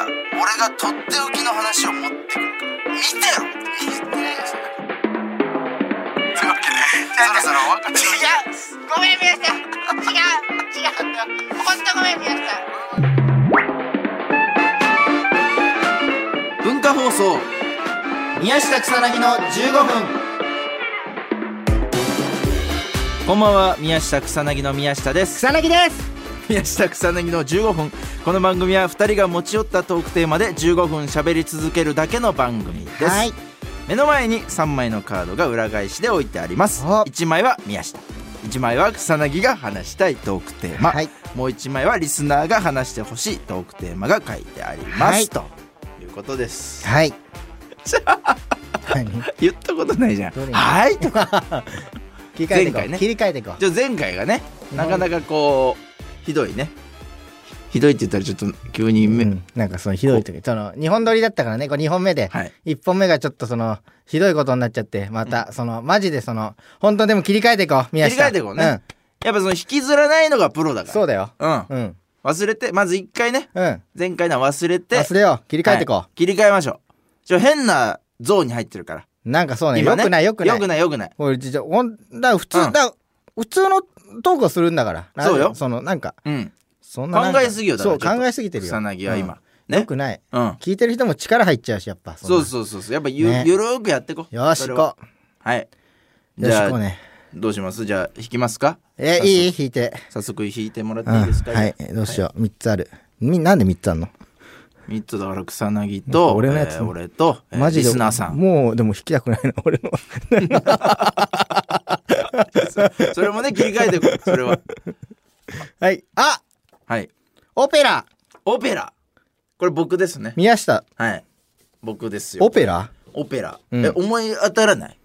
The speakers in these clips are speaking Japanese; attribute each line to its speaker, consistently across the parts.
Speaker 1: がとっておきの話を持ってくるから見てよというわけで そろそろお別れ
Speaker 2: 違うごめん皆さん違う違う本当ごめん皆さん
Speaker 3: 文化放送宮下草薙の15分こんばんは宮下草薙の宮下です
Speaker 4: 草薙です
Speaker 3: 宮下草薙の15分この番組は2人が持ち寄ったトークテーマで15分喋り続けるだけの番組です、
Speaker 4: はい
Speaker 3: 目の前に3枚のカードが裏返しで置いてあります
Speaker 4: お
Speaker 3: 1枚は宮下1枚は草薙が話したいトークテーマ、
Speaker 4: はい
Speaker 3: もう1枚はリスナーが話してほしいトークテーマが書いてあります、
Speaker 4: はい
Speaker 3: ということです
Speaker 4: はい何
Speaker 3: 言ったことないじゃん
Speaker 4: どれ
Speaker 3: はいとか
Speaker 4: 切り替えて
Speaker 3: 前
Speaker 4: いこ
Speaker 3: 回
Speaker 4: う、
Speaker 3: ね
Speaker 4: 切り替えていこう
Speaker 3: じゃあ前回がねなかなかこうひどいねひどいって言ったらちょっと急に目、
Speaker 4: うん、なんかそのひどい時その2本撮りだったからねこれ2本目で、
Speaker 3: はい
Speaker 4: 1本目がちょっとそのひどいことになっちゃってまたそのマジでその本当でも切り替えていこう宮
Speaker 3: 切り
Speaker 4: 下
Speaker 3: 替えていこうね、やっぱその引きずらないのがプロだ
Speaker 4: うん
Speaker 3: から
Speaker 4: そうだよ
Speaker 3: うん
Speaker 4: うん
Speaker 3: 忘れてまず一回ね
Speaker 4: うん
Speaker 3: 前回のは忘れて
Speaker 4: 忘れよう切り替えていこう、
Speaker 3: はい切り替えましょうちょ変なゾーンに入ってるから
Speaker 4: なんかそうね
Speaker 3: 今
Speaker 4: よくないよくない
Speaker 3: よくないよくない
Speaker 4: 俺じゃほんだ普通、
Speaker 3: うん
Speaker 4: だ普通のトークをするんだからラジオ
Speaker 3: そうよ
Speaker 4: そのなんか
Speaker 3: うん
Speaker 4: そんななん
Speaker 3: 考
Speaker 4: か
Speaker 3: えすぎよだから
Speaker 4: そう
Speaker 3: ちょっと
Speaker 4: 考えすぎてるよ
Speaker 3: 草薙は今、、
Speaker 4: うん
Speaker 3: ね
Speaker 4: よくない
Speaker 3: うん
Speaker 4: 聞いてる人も力入っちゃうしやっぱ
Speaker 3: そ
Speaker 4: ん
Speaker 3: う
Speaker 4: な
Speaker 3: そうそうそうやっぱゆ,、
Speaker 4: ね
Speaker 3: ゆるーくやってこ
Speaker 4: よし
Speaker 3: そ
Speaker 4: 行
Speaker 3: れ
Speaker 4: こ
Speaker 3: ははい
Speaker 4: う
Speaker 3: じ
Speaker 4: よし
Speaker 3: ゃ
Speaker 4: 行こ
Speaker 3: あ、
Speaker 4: うね
Speaker 3: どうしますじゃあ弾きますか
Speaker 4: え
Speaker 3: 早速
Speaker 4: いい引いて
Speaker 3: 早速弾いてもらって
Speaker 4: うん
Speaker 3: いいですか、
Speaker 4: はいどうしよう3つあるみなんで3つあるの
Speaker 3: ミッドだから草薙
Speaker 4: なん
Speaker 3: と
Speaker 4: か俺のやつ
Speaker 3: えー俺と、えー
Speaker 4: マジで
Speaker 3: リスナーさん
Speaker 4: もうでも引きたくないな 俺の
Speaker 3: それもね切り替えて こうそれは
Speaker 4: はいあ
Speaker 3: はい
Speaker 4: オペラ
Speaker 3: オペラこれ僕ですね
Speaker 4: 宮下
Speaker 3: はい僕ですよ
Speaker 4: オペラ
Speaker 3: オペラ、
Speaker 4: うん
Speaker 3: え思い当たら ない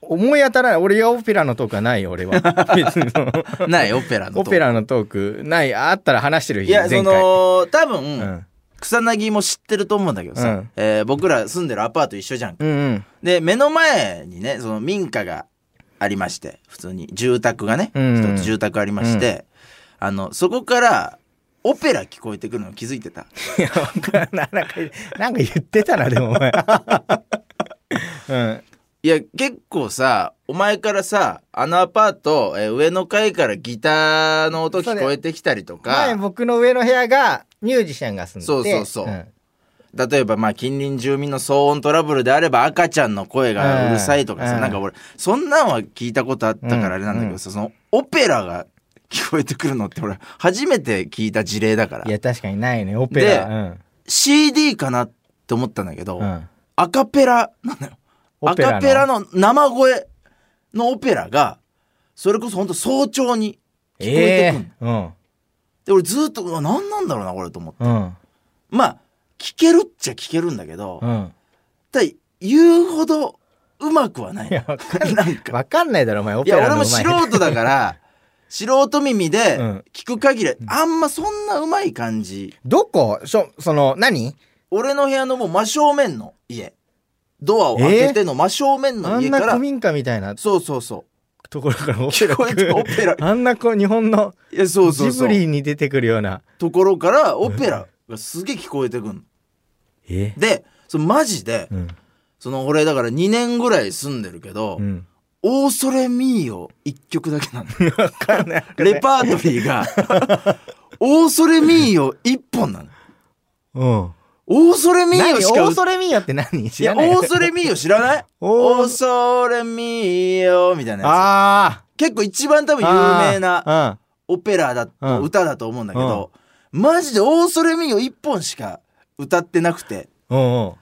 Speaker 4: 思い当たらない俺がオペラのトークはないよ俺 は別にその
Speaker 3: ないオペラのと
Speaker 4: オペラのトークないあったら話してる
Speaker 3: いやそ
Speaker 4: 前回
Speaker 3: の多分、
Speaker 4: うん
Speaker 3: 草薙も知ってると思うんだけどさ、
Speaker 4: うん
Speaker 3: えー僕ら住んでるアパート一緒じゃんか、
Speaker 4: うんうん
Speaker 3: で目の前にねその民家がありまして普通に住宅がね一、
Speaker 4: うんうん
Speaker 3: つ住宅ありまして、あのそこからオペラ聞こえてくるの気づいてた
Speaker 4: いやわかんないなんかなんか言ってたなでもお 前うん
Speaker 3: いや結構さお前からさあのアパート、えー上の階からギターの音聞こえてきたりと
Speaker 4: 前
Speaker 3: か
Speaker 4: 僕の上の部屋がミュージシャンが住んでて
Speaker 3: そうそうそうん例えばまあ近隣住民の騒音トラブルであれば赤ちゃんの声がうるさいとかさ、
Speaker 4: うん
Speaker 3: なんか俺そんなんは聞いたことあったからあれなんだけどさ、そのオペラが聞こえてくるのって俺初めて聞いた事例だから
Speaker 4: いや確かにないねオペラ
Speaker 3: で
Speaker 4: うん
Speaker 3: CD かなって思ったんだけど、
Speaker 4: うん
Speaker 3: アカペラなのよ
Speaker 4: オ
Speaker 3: ア
Speaker 4: ペラの
Speaker 3: カペラの生声のオペラがそれこそ本当早朝に聞こえてくるの、
Speaker 4: えー
Speaker 3: で俺ずっとうわ何なんだろうなこれと思って
Speaker 4: うん
Speaker 3: まあ聞けるっちゃ聞けるんだけど、
Speaker 4: うんうん
Speaker 3: ただ言うほどうまくはない
Speaker 4: いやわかんな い
Speaker 3: なんか
Speaker 4: わかんないだろお前オ
Speaker 3: い
Speaker 4: ペ
Speaker 3: や
Speaker 4: ラ
Speaker 3: 俺
Speaker 4: の
Speaker 3: も
Speaker 4: うま
Speaker 3: 素
Speaker 4: い
Speaker 3: 人だから 素人耳で
Speaker 4: うん
Speaker 3: 聞く限りあんまそんなうまい感じ
Speaker 4: どこしょその何
Speaker 3: 俺の部屋のもう真正面の家ドアを開けての真正面
Speaker 4: あ
Speaker 3: の
Speaker 4: ん
Speaker 3: 家か
Speaker 4: な
Speaker 3: ら、
Speaker 4: 古民家みたいな
Speaker 3: そうそうそ
Speaker 4: ところからオ
Speaker 3: う
Speaker 4: ペ
Speaker 3: 聞
Speaker 4: ラ
Speaker 3: こえ
Speaker 4: 来
Speaker 3: て
Speaker 4: る
Speaker 3: オペラ
Speaker 4: あんなこう日本の
Speaker 3: いやそうそ
Speaker 4: ジ
Speaker 3: うそ
Speaker 4: ブ
Speaker 3: う
Speaker 4: リに出てくるような
Speaker 3: ところからオペラがすげえ聞こえてくんの
Speaker 4: え
Speaker 3: でそのマジで
Speaker 4: うん
Speaker 3: その俺だから2年ぐらい住んでるけど「
Speaker 4: うん
Speaker 3: オーソレミーを1曲だけ なんだよ
Speaker 4: わかんない
Speaker 3: レパートリーが 「オーソレミーを1本なの
Speaker 4: うん
Speaker 3: オーソレミーよ
Speaker 4: 何
Speaker 3: しか
Speaker 4: オー
Speaker 3: 歌
Speaker 4: ソレミよって何
Speaker 3: い
Speaker 4: 知
Speaker 3: や、
Speaker 4: ら
Speaker 3: オ
Speaker 4: ない
Speaker 3: ーソレミーよ知らない
Speaker 4: お
Speaker 3: オーソレミーよみたいなや
Speaker 4: あ
Speaker 3: つ。結構一番多
Speaker 4: あ
Speaker 3: 分有名な
Speaker 4: な
Speaker 3: オペラだ、
Speaker 4: うん
Speaker 3: 歌だと思うんだけど、マジでオーソレミーよ一本しか歌ってなくて。
Speaker 4: うんうん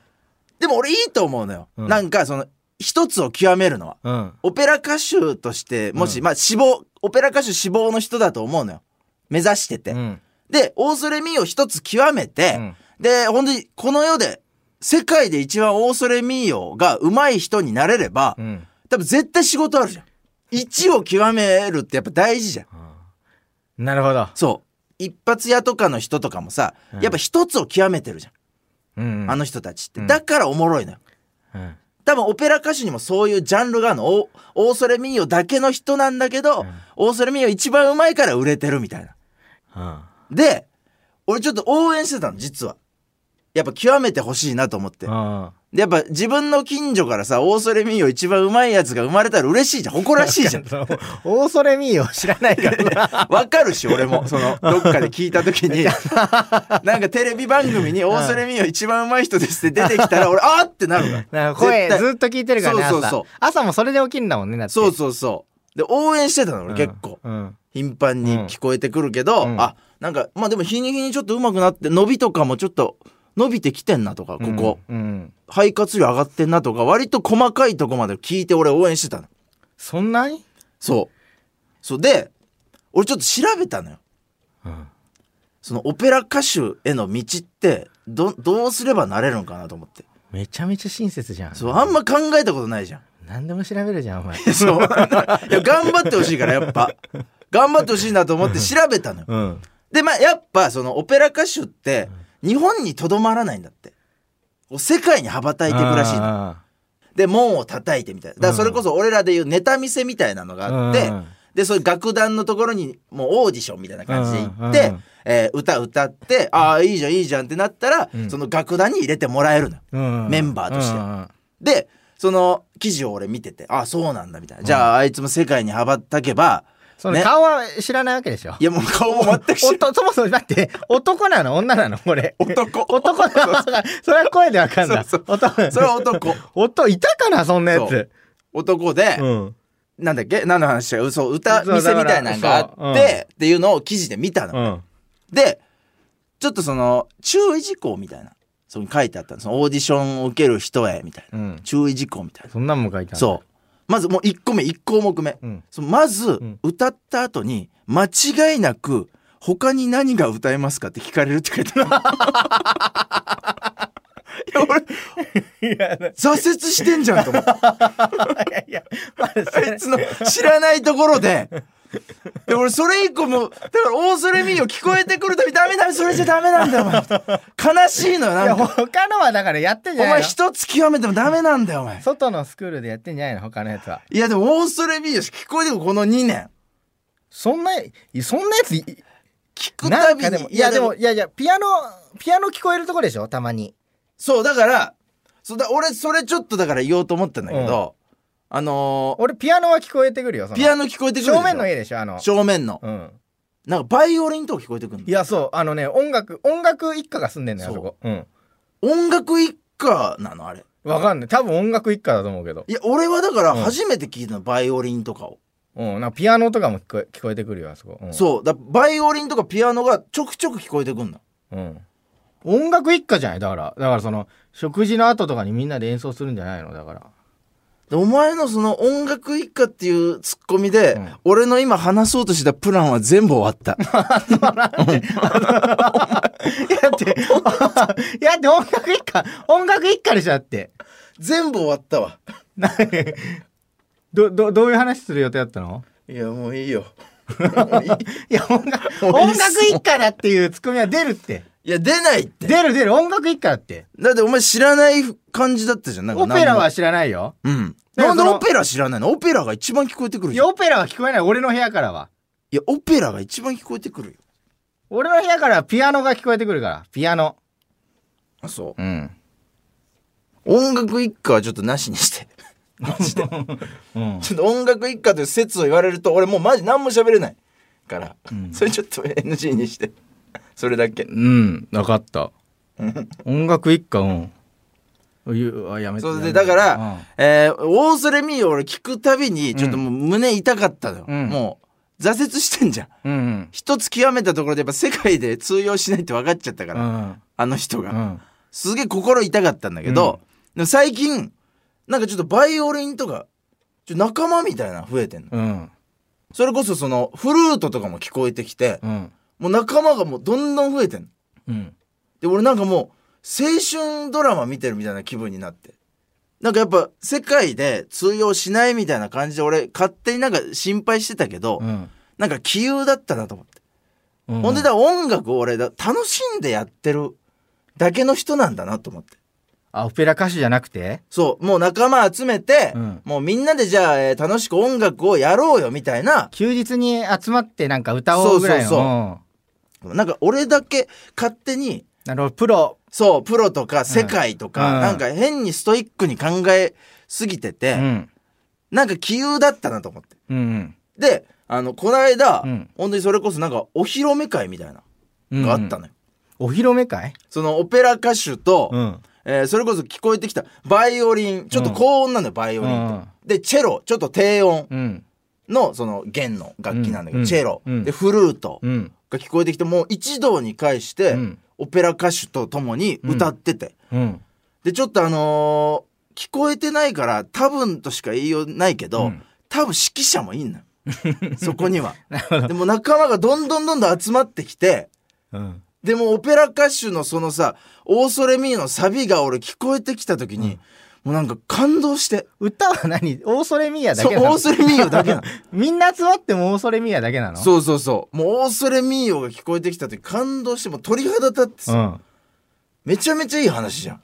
Speaker 3: でも俺いいと思うのよ。
Speaker 4: うん
Speaker 3: なんかその、一つを極めるのは。
Speaker 4: うん
Speaker 3: オペラ歌手として、もし、
Speaker 4: うん
Speaker 3: まあ志望、オペラ歌手志望の人だと思うのよ。目指してて。
Speaker 4: うん
Speaker 3: で、オーソレミーを一つ極めて、
Speaker 4: うん
Speaker 3: で、本当にこの世で、世界で一番オーソレミーよが上手い人になれれば
Speaker 4: う、ん
Speaker 3: 多分絶対仕事あるじゃん。一を極めるってやっぱ大事じゃん。
Speaker 4: なるほど
Speaker 3: そう。一発屋とかの人とかもさ、
Speaker 4: うん
Speaker 3: やっぱ一つを極めてるじゃ
Speaker 4: うんうん
Speaker 3: ん。あの人たちって。
Speaker 4: うん
Speaker 3: だからおもろいのよ。
Speaker 4: うん
Speaker 3: 多分オペラ歌手にもそういうジャンルがあるの。オオーソレミーよだけの人なんだけど、
Speaker 4: うん
Speaker 3: オーソレミーよ一番上手いから売れてるみたいな。
Speaker 4: うん
Speaker 3: で、俺ちょっと応援してたの、実は。やっぱ極めてほしいなと思って。
Speaker 4: うん
Speaker 3: でやっぱ自分の近所からさ、オーソレミーヨ一番うまいやつが生まれたら嬉しいじゃん。誇らしいじゃん。
Speaker 4: そのオーソレミーを知らないからな
Speaker 3: わかるし、俺も、その、どっかで聞いた時 に、なんかテレビ番組に、オーソレミーヨ一番うまい人ですって出てき たら、俺、あーってなるから。
Speaker 4: なんか
Speaker 3: 絶
Speaker 4: 声
Speaker 3: 対
Speaker 4: ずっと聞いてるからね朝
Speaker 3: そうそうそう
Speaker 4: 朝もそれで起きるんだもんねだって
Speaker 3: そうそうそう。で、応援してたの、
Speaker 4: う
Speaker 3: 俺、
Speaker 4: ん
Speaker 3: 結構。
Speaker 4: うん
Speaker 3: 頻繁に聞こえてくるけど、
Speaker 4: うん
Speaker 3: あ、なんか、まあでも日に日にちょっと上手くなって、伸びとかもちょっと、伸びてきてんなとか、ここ、
Speaker 4: うんうん
Speaker 3: 肺活量上がってんなとか、割と細かいとこまで聞いて俺応援してたの。
Speaker 4: そんなに
Speaker 3: そう。そうで、俺ちょっと調べたのよ。
Speaker 4: うん
Speaker 3: そのオペラ歌手への道ってどどうすればなれるのかなと思って
Speaker 4: めちゃめちゃ親切じゃん
Speaker 3: そうあんま考えたことないじゃ ん
Speaker 4: 何でも調べるじゃんお前
Speaker 3: そういや頑張ってほしいからやっぱ頑張ってほしいなと思って調べたのよ
Speaker 4: うん
Speaker 3: でまあやっぱそのオペラ歌手って日本にとどまらないんだってこう世界に羽ばたいていくらしいの
Speaker 4: あ
Speaker 3: で門を叩いてみたいなだからそれこそ俺らでいうネタ見せみたいなの
Speaker 4: ー
Speaker 3: があって、
Speaker 4: うんうん
Speaker 3: でそういう楽団のところにもうオーディションみたいな感じで行っ
Speaker 4: うんうん
Speaker 3: て、
Speaker 4: うん
Speaker 3: えー歌歌ってああいいじゃんいいじゃんってなったら、
Speaker 4: うん
Speaker 3: その楽団に入れてもらえるのよ
Speaker 4: うんうん
Speaker 3: メンバーとして
Speaker 4: うんうん
Speaker 3: でその記事を俺見ててああそうなんだみたいな、じゃああいつも世界に羽ばたけば
Speaker 4: その
Speaker 3: ね
Speaker 4: 顔は知らないわけでしょ
Speaker 3: いやもう顔も全く知らない
Speaker 4: おとそもそもだって男なの女なのこれ
Speaker 3: 男
Speaker 4: 男なのそれは声でわかんだ
Speaker 3: そう
Speaker 4: 男
Speaker 3: それは男
Speaker 4: 音いたかなそんなやつ
Speaker 3: 男で、
Speaker 4: うん
Speaker 3: なんだっけ何の話だよそう歌
Speaker 4: そう
Speaker 3: 見せみたいなのがあって
Speaker 4: だ、からそ
Speaker 3: っていうのを記事で見たの、
Speaker 4: うん
Speaker 3: でちょっとその注意事項みたいなその書いてあったのそのオーディションを受ける人へみたいな
Speaker 4: うん
Speaker 3: 注意事項みたいな
Speaker 4: そんなんも書いてある
Speaker 3: そう。まずもう1個目、1項目目。
Speaker 4: うん
Speaker 3: そのまず
Speaker 4: ん、
Speaker 3: 歌った後に、間違いなく、他に何が歌えますかって聞かれるって書いてある。 いや、俺、挫折してんじゃんと思 って。
Speaker 4: いやいやまあそ
Speaker 3: あ
Speaker 4: れ
Speaker 3: いつの知らないところで。で、俺、それ以降も、だから、オーソレミーを聞こえてくるたび、ダメダメ、それじゃダメなんだよ、お前。悲しいのよ、
Speaker 4: い
Speaker 3: な
Speaker 4: や
Speaker 3: んか。
Speaker 4: 他のはだからやってん
Speaker 3: お
Speaker 4: じゃない
Speaker 3: 前、
Speaker 4: の
Speaker 3: 一つ極めてもダメなんだよ、お前。
Speaker 4: 外のスクールでやってんじゃないの他のやつはい
Speaker 3: や、でも、オーソレミーを聞こえてくる、この2年。
Speaker 4: そんないそんなやつい
Speaker 3: 聞く
Speaker 4: な
Speaker 3: た
Speaker 4: ん
Speaker 3: び
Speaker 4: かで
Speaker 3: に
Speaker 4: もいやでもいやいやピアノピアノ聞こえるとこでしょたまに
Speaker 3: そうだからそうだ俺それちょっとだから言おうと思ったんだけど、あのー
Speaker 4: 俺ピアノは聞こえてくるよその
Speaker 3: ピアノ聞こえてくるでしょ
Speaker 4: 正面の家でしょあの
Speaker 3: 正面の
Speaker 4: うん
Speaker 3: なんかバイオリンとか聞こえてくる
Speaker 4: いやそうあのね音楽音楽一家が住んでんのよあ
Speaker 3: そう
Speaker 4: そこうん
Speaker 3: 音楽一家なのあれ
Speaker 4: わかんない多分音楽一家だと思うけど
Speaker 3: いや俺はだから
Speaker 4: うん
Speaker 3: 初めて聞いたの、バイオリンとかを、
Speaker 4: うんなんかピアノとかも聞こえ聞こえてくるよあそこうん
Speaker 3: そうだバイオリンとかピアノがちょくちょく聞こえてくるの
Speaker 4: うん音楽一家じゃないだからだからその食事の後とかにみんなで演奏するんじゃないのだから
Speaker 3: でお前のその音楽一家っていうツッコミで、
Speaker 4: うん
Speaker 3: 俺の今話そうとしたプランは全部終わった。
Speaker 4: やって いやって音楽一家音楽一家でしょだって
Speaker 3: 全部終わったわ。
Speaker 4: などどどういう話する予定だったの
Speaker 3: いや、もういいよ。 もういい
Speaker 4: いや音楽
Speaker 3: もういいっ
Speaker 4: 音
Speaker 3: す
Speaker 4: 楽一家だっていうツッコミは出るって
Speaker 3: いや、出ないって。
Speaker 4: 出る出る音楽一家だって
Speaker 3: だってお前知らない感じだったじゃん。なんか
Speaker 4: オ
Speaker 3: 何も
Speaker 4: ペラは知らないよ
Speaker 3: うん。
Speaker 4: だか
Speaker 3: な
Speaker 4: らそ
Speaker 3: ん
Speaker 4: の
Speaker 3: でオペラ知らないのオペラが一番聞こえてくる
Speaker 4: い
Speaker 3: じゃ
Speaker 4: や
Speaker 3: ん。い
Speaker 4: オペラは聞こえない俺の部屋からは
Speaker 3: や、オペラが一番聞こえてくるよ。
Speaker 4: 俺の部屋からはピアノが聞こえてくるからピアノ
Speaker 3: あ、そ
Speaker 4: うん
Speaker 3: う。音楽一家はちょっとなしにして。
Speaker 4: うん
Speaker 3: ちょっと音楽一家という説を言われると、俺もうマジ何も喋れないから、それちょっと NG にして。 それだけ。
Speaker 4: うん分かった音楽一家うんいうあやめて
Speaker 3: そう
Speaker 4: やめ
Speaker 3: で、だ
Speaker 4: て
Speaker 3: から、えー、オーソレミーを俺聞くたびに、ちょっともう胸痛かったのよ。
Speaker 4: うん
Speaker 3: もう、挫折してんじゃん。
Speaker 4: うんうん
Speaker 3: 一つ極めたところでやっぱ世界で通用しないって分かっちゃったか
Speaker 4: う
Speaker 3: ら、
Speaker 4: ん
Speaker 3: あの人が。
Speaker 4: うん
Speaker 3: すげえ心痛かったんだけど、でも最近、なんかちょっとバイオリンとか、ちょっと仲間みたいなの増えてんの。
Speaker 4: うん
Speaker 3: それこそその、フルートとかも聞こえてきて、
Speaker 4: うん
Speaker 3: もう仲間がもうどんどん増えてんの。
Speaker 4: うん
Speaker 3: で、俺なんかもう、青春ドラマ見てるみたいな気分になって。なんかやっぱ、世界で通用しないみたいな感じで、俺、勝手になんか心配してたけど、
Speaker 4: うん
Speaker 3: なんか杞憂だったなと思って。
Speaker 4: うん
Speaker 3: ほんでだ、音楽を俺だ、楽しんでやってるだけの人なんだなと思って。
Speaker 4: あオペラ歌手じゃなくて
Speaker 3: そう、もう仲間集めて、
Speaker 4: うん
Speaker 3: もうみんなでじゃあ、えー楽しく音楽をやろうよみたいな、
Speaker 4: 休日に集まってなんか歌おうぐらいの
Speaker 3: そうそうそうなんか俺だけ勝手に
Speaker 4: なるほどプロ
Speaker 3: そうプロとか世界とか、
Speaker 4: うん
Speaker 3: なんか変にストイックに考えすぎてて、
Speaker 4: うん
Speaker 3: なんか杞憂だったなと思って
Speaker 4: うん
Speaker 3: であのこの間、
Speaker 4: うん
Speaker 3: 本当にそれこそなんかお披露目会みたいな
Speaker 4: うん
Speaker 3: のがあったのよ、
Speaker 4: お披露目会
Speaker 3: そのオペラ歌手と、
Speaker 4: ん
Speaker 3: えーそれこそ聞こえてきたバイオリンちょっと高音なのよバイオリンって、
Speaker 4: うん
Speaker 3: でチェロちょっと低音
Speaker 4: うん
Speaker 3: のその弦の楽器なんだけど、
Speaker 4: うん
Speaker 3: チェロ、
Speaker 4: うん
Speaker 3: でフルート
Speaker 4: うん
Speaker 3: が聞こえてきてもう一堂に会して、
Speaker 4: うん
Speaker 3: オペラ歌手と共に歌ってて、
Speaker 4: うん
Speaker 3: でちょっとあのー聞こえてないから多分としか言いようないけど、
Speaker 4: うん
Speaker 3: 多分指揮者もいんのよ そこには
Speaker 4: なるほど
Speaker 3: でも仲間がどんどんどんどん集まってきて
Speaker 4: うん
Speaker 3: でもオペラ歌手のそのさ「オーソレミー」のサビが俺聞こえてきた時に、もうなんか感動して
Speaker 4: 歌は何オーソレミ
Speaker 3: 「
Speaker 4: アだ
Speaker 3: そう
Speaker 4: け
Speaker 3: オ
Speaker 4: なの
Speaker 3: ーソレミーよ」だけなの
Speaker 4: みんな集まってもオーソレミアだけなのう
Speaker 3: そうそうそうもう「オーソレミーよ」が聞こえてきた時感動してもう鳥肌立ってさ、
Speaker 4: ん
Speaker 3: めちゃめちゃいい話じゃん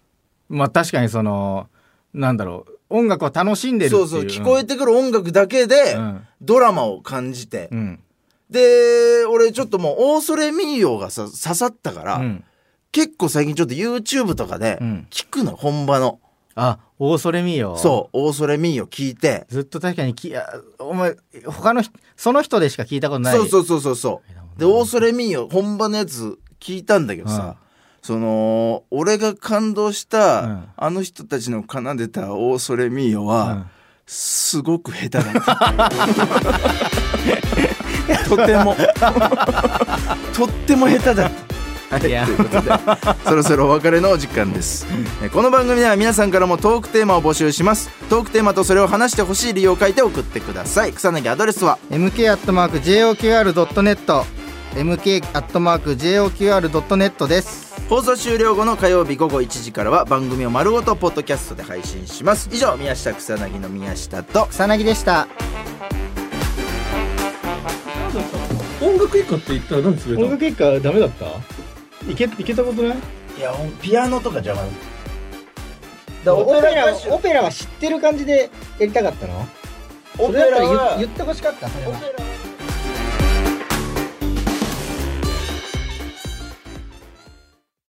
Speaker 4: まあ確かにそのなんだろう音楽を楽しんでるってい
Speaker 3: そううそう聞こえてくる音楽だけで、
Speaker 4: うん
Speaker 3: ドラマを感じて、
Speaker 4: うん
Speaker 3: で俺ちょっともう「オーソレミーよ」がさ刺さったから、
Speaker 4: うん
Speaker 3: 結構最近ちょっと YouTube とかで
Speaker 4: うん
Speaker 3: 聞くの、本場の
Speaker 4: あオーソレミよ
Speaker 3: そう「オーソレミーよ」聞いて
Speaker 4: ずっと確かにきあお前他の人その人でしか聞いたことない
Speaker 3: そうそううそうそうそうで「
Speaker 4: うん
Speaker 3: オーソレミーよ」本場のやつ聞いたんだけどさ、その俺が感動した、
Speaker 4: うん
Speaker 3: あの人たちの奏でた「オーソレミーよは」
Speaker 4: うん
Speaker 3: すごく下手だったとてもとっても下手だった
Speaker 4: いや
Speaker 3: ということでそろそろお別れのお時間ですえこの番組では皆さんからもトークテーマを募集しますトークテーマとそれを話してほしい理由を書いて送ってください草薙アドレスは
Speaker 4: mk.joqr.net mk.joqr.net です
Speaker 3: 放送終了後の火曜日午後1時からは番組を丸ごとポッドキャストで配信します以上宮下草薙の宮下と
Speaker 4: 草薙でした
Speaker 5: 音楽一家って言ったら何すれた
Speaker 6: 音
Speaker 5: の
Speaker 6: 楽一家ダメだったいけいけたことない
Speaker 3: いやピアノとか邪魔
Speaker 4: オペラオペラは知ってる感じでやりたかったのそれだったら言言ってほしかったそれは
Speaker 3: ペラ